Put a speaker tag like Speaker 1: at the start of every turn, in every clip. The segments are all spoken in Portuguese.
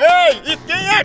Speaker 1: Ei, e quem é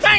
Speaker 1: Tá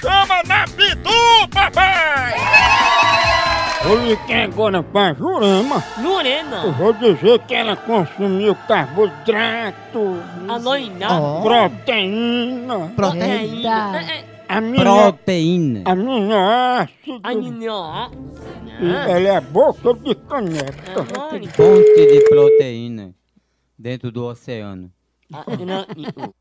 Speaker 1: Chama na Pitu, papai! Vou ligar agora tá pra Jurema.
Speaker 2: Lorena,
Speaker 1: vou dizer que ela consumiu carboidrato,
Speaker 2: Aloina,
Speaker 1: proteína,
Speaker 2: Proteína,
Speaker 3: Proteína.
Speaker 2: é, é,
Speaker 3: Proteína.
Speaker 1: aminoácido.
Speaker 2: Aminó,
Speaker 1: E ela é a boca de caneta.
Speaker 2: Mônica,
Speaker 3: Fonte de proteína dentro do oceano.
Speaker 2: Atlântico.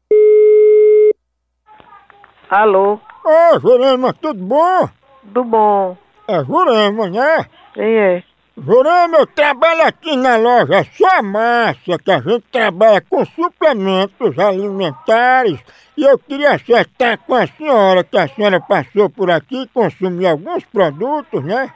Speaker 4: Alô,
Speaker 1: Ô, Jurema, tudo bom?
Speaker 4: do bom.
Speaker 1: É Jurema, né?
Speaker 4: Quem é?
Speaker 1: Jurema, eu trabalho aqui na loja Só Massa, que a gente trabalha com suplementos alimentares. E eu queria acertar com a senhora, que a senhora passou por aqui e consumiu alguns produtos, né?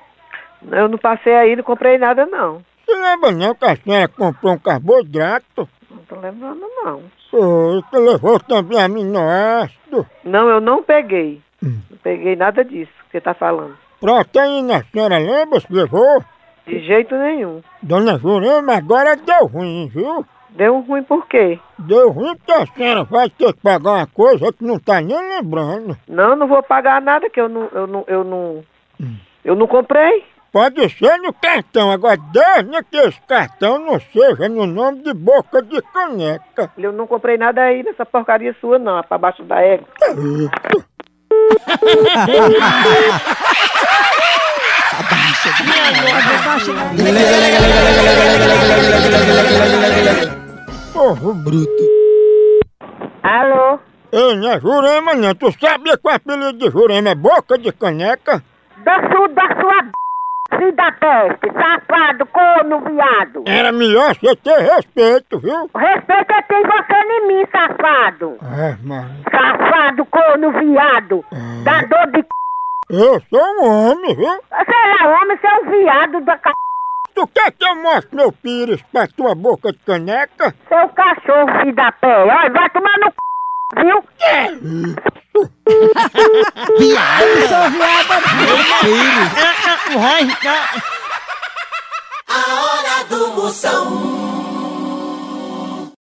Speaker 4: Eu não passei aí, não comprei nada não.
Speaker 1: Se lembra não que a senhora comprou um carboidrato?
Speaker 4: Não tô lembrando não.
Speaker 1: Foi, que levou também aminoácido.
Speaker 4: Não, eu não peguei. Não peguei nada disso que você tá falando.
Speaker 1: Proteína, a senhora lembra se levou?
Speaker 4: De jeito nenhum.
Speaker 1: Dona Jurema, agora deu ruim, viu?
Speaker 4: Deu um ruim por quê?
Speaker 1: Deu ruim porque a senhora vai ter que pagar uma coisa que não tá nem lembrando.
Speaker 4: Não, não vou pagar nada que eu não, eu não, eu não, eu não comprei.
Speaker 1: Pode ser no cartão, agora desde que esse cartão não seja no nome de boca de caneca.
Speaker 4: Eu não comprei nada aí nessa porcaria sua não, É pra baixo da égua.
Speaker 1: Porro bruto.
Speaker 4: Alô,
Speaker 1: Ei, não é Jurema não, tu sabia que o apelido de Jurema é boca de caneca?
Speaker 5: Da sua, da sua b... filho da peste, safado, corno, viado.
Speaker 1: Era melhor você ter respeito, viu?
Speaker 5: Respeita quem você é em mim, safado.
Speaker 1: Ah, mano,
Speaker 5: Safado, corno, viado. Da dor de c...
Speaker 1: eu sou um homem, viu?
Speaker 5: Você é homem, você é um viado da c...
Speaker 1: Tu quer que eu mostre meu pires pra tua boca de caneca?
Speaker 5: Seu é cachorro, filho da peste. Olha, vai tomar no c... viu?
Speaker 3: Filho.
Speaker 6: A hora do Moção.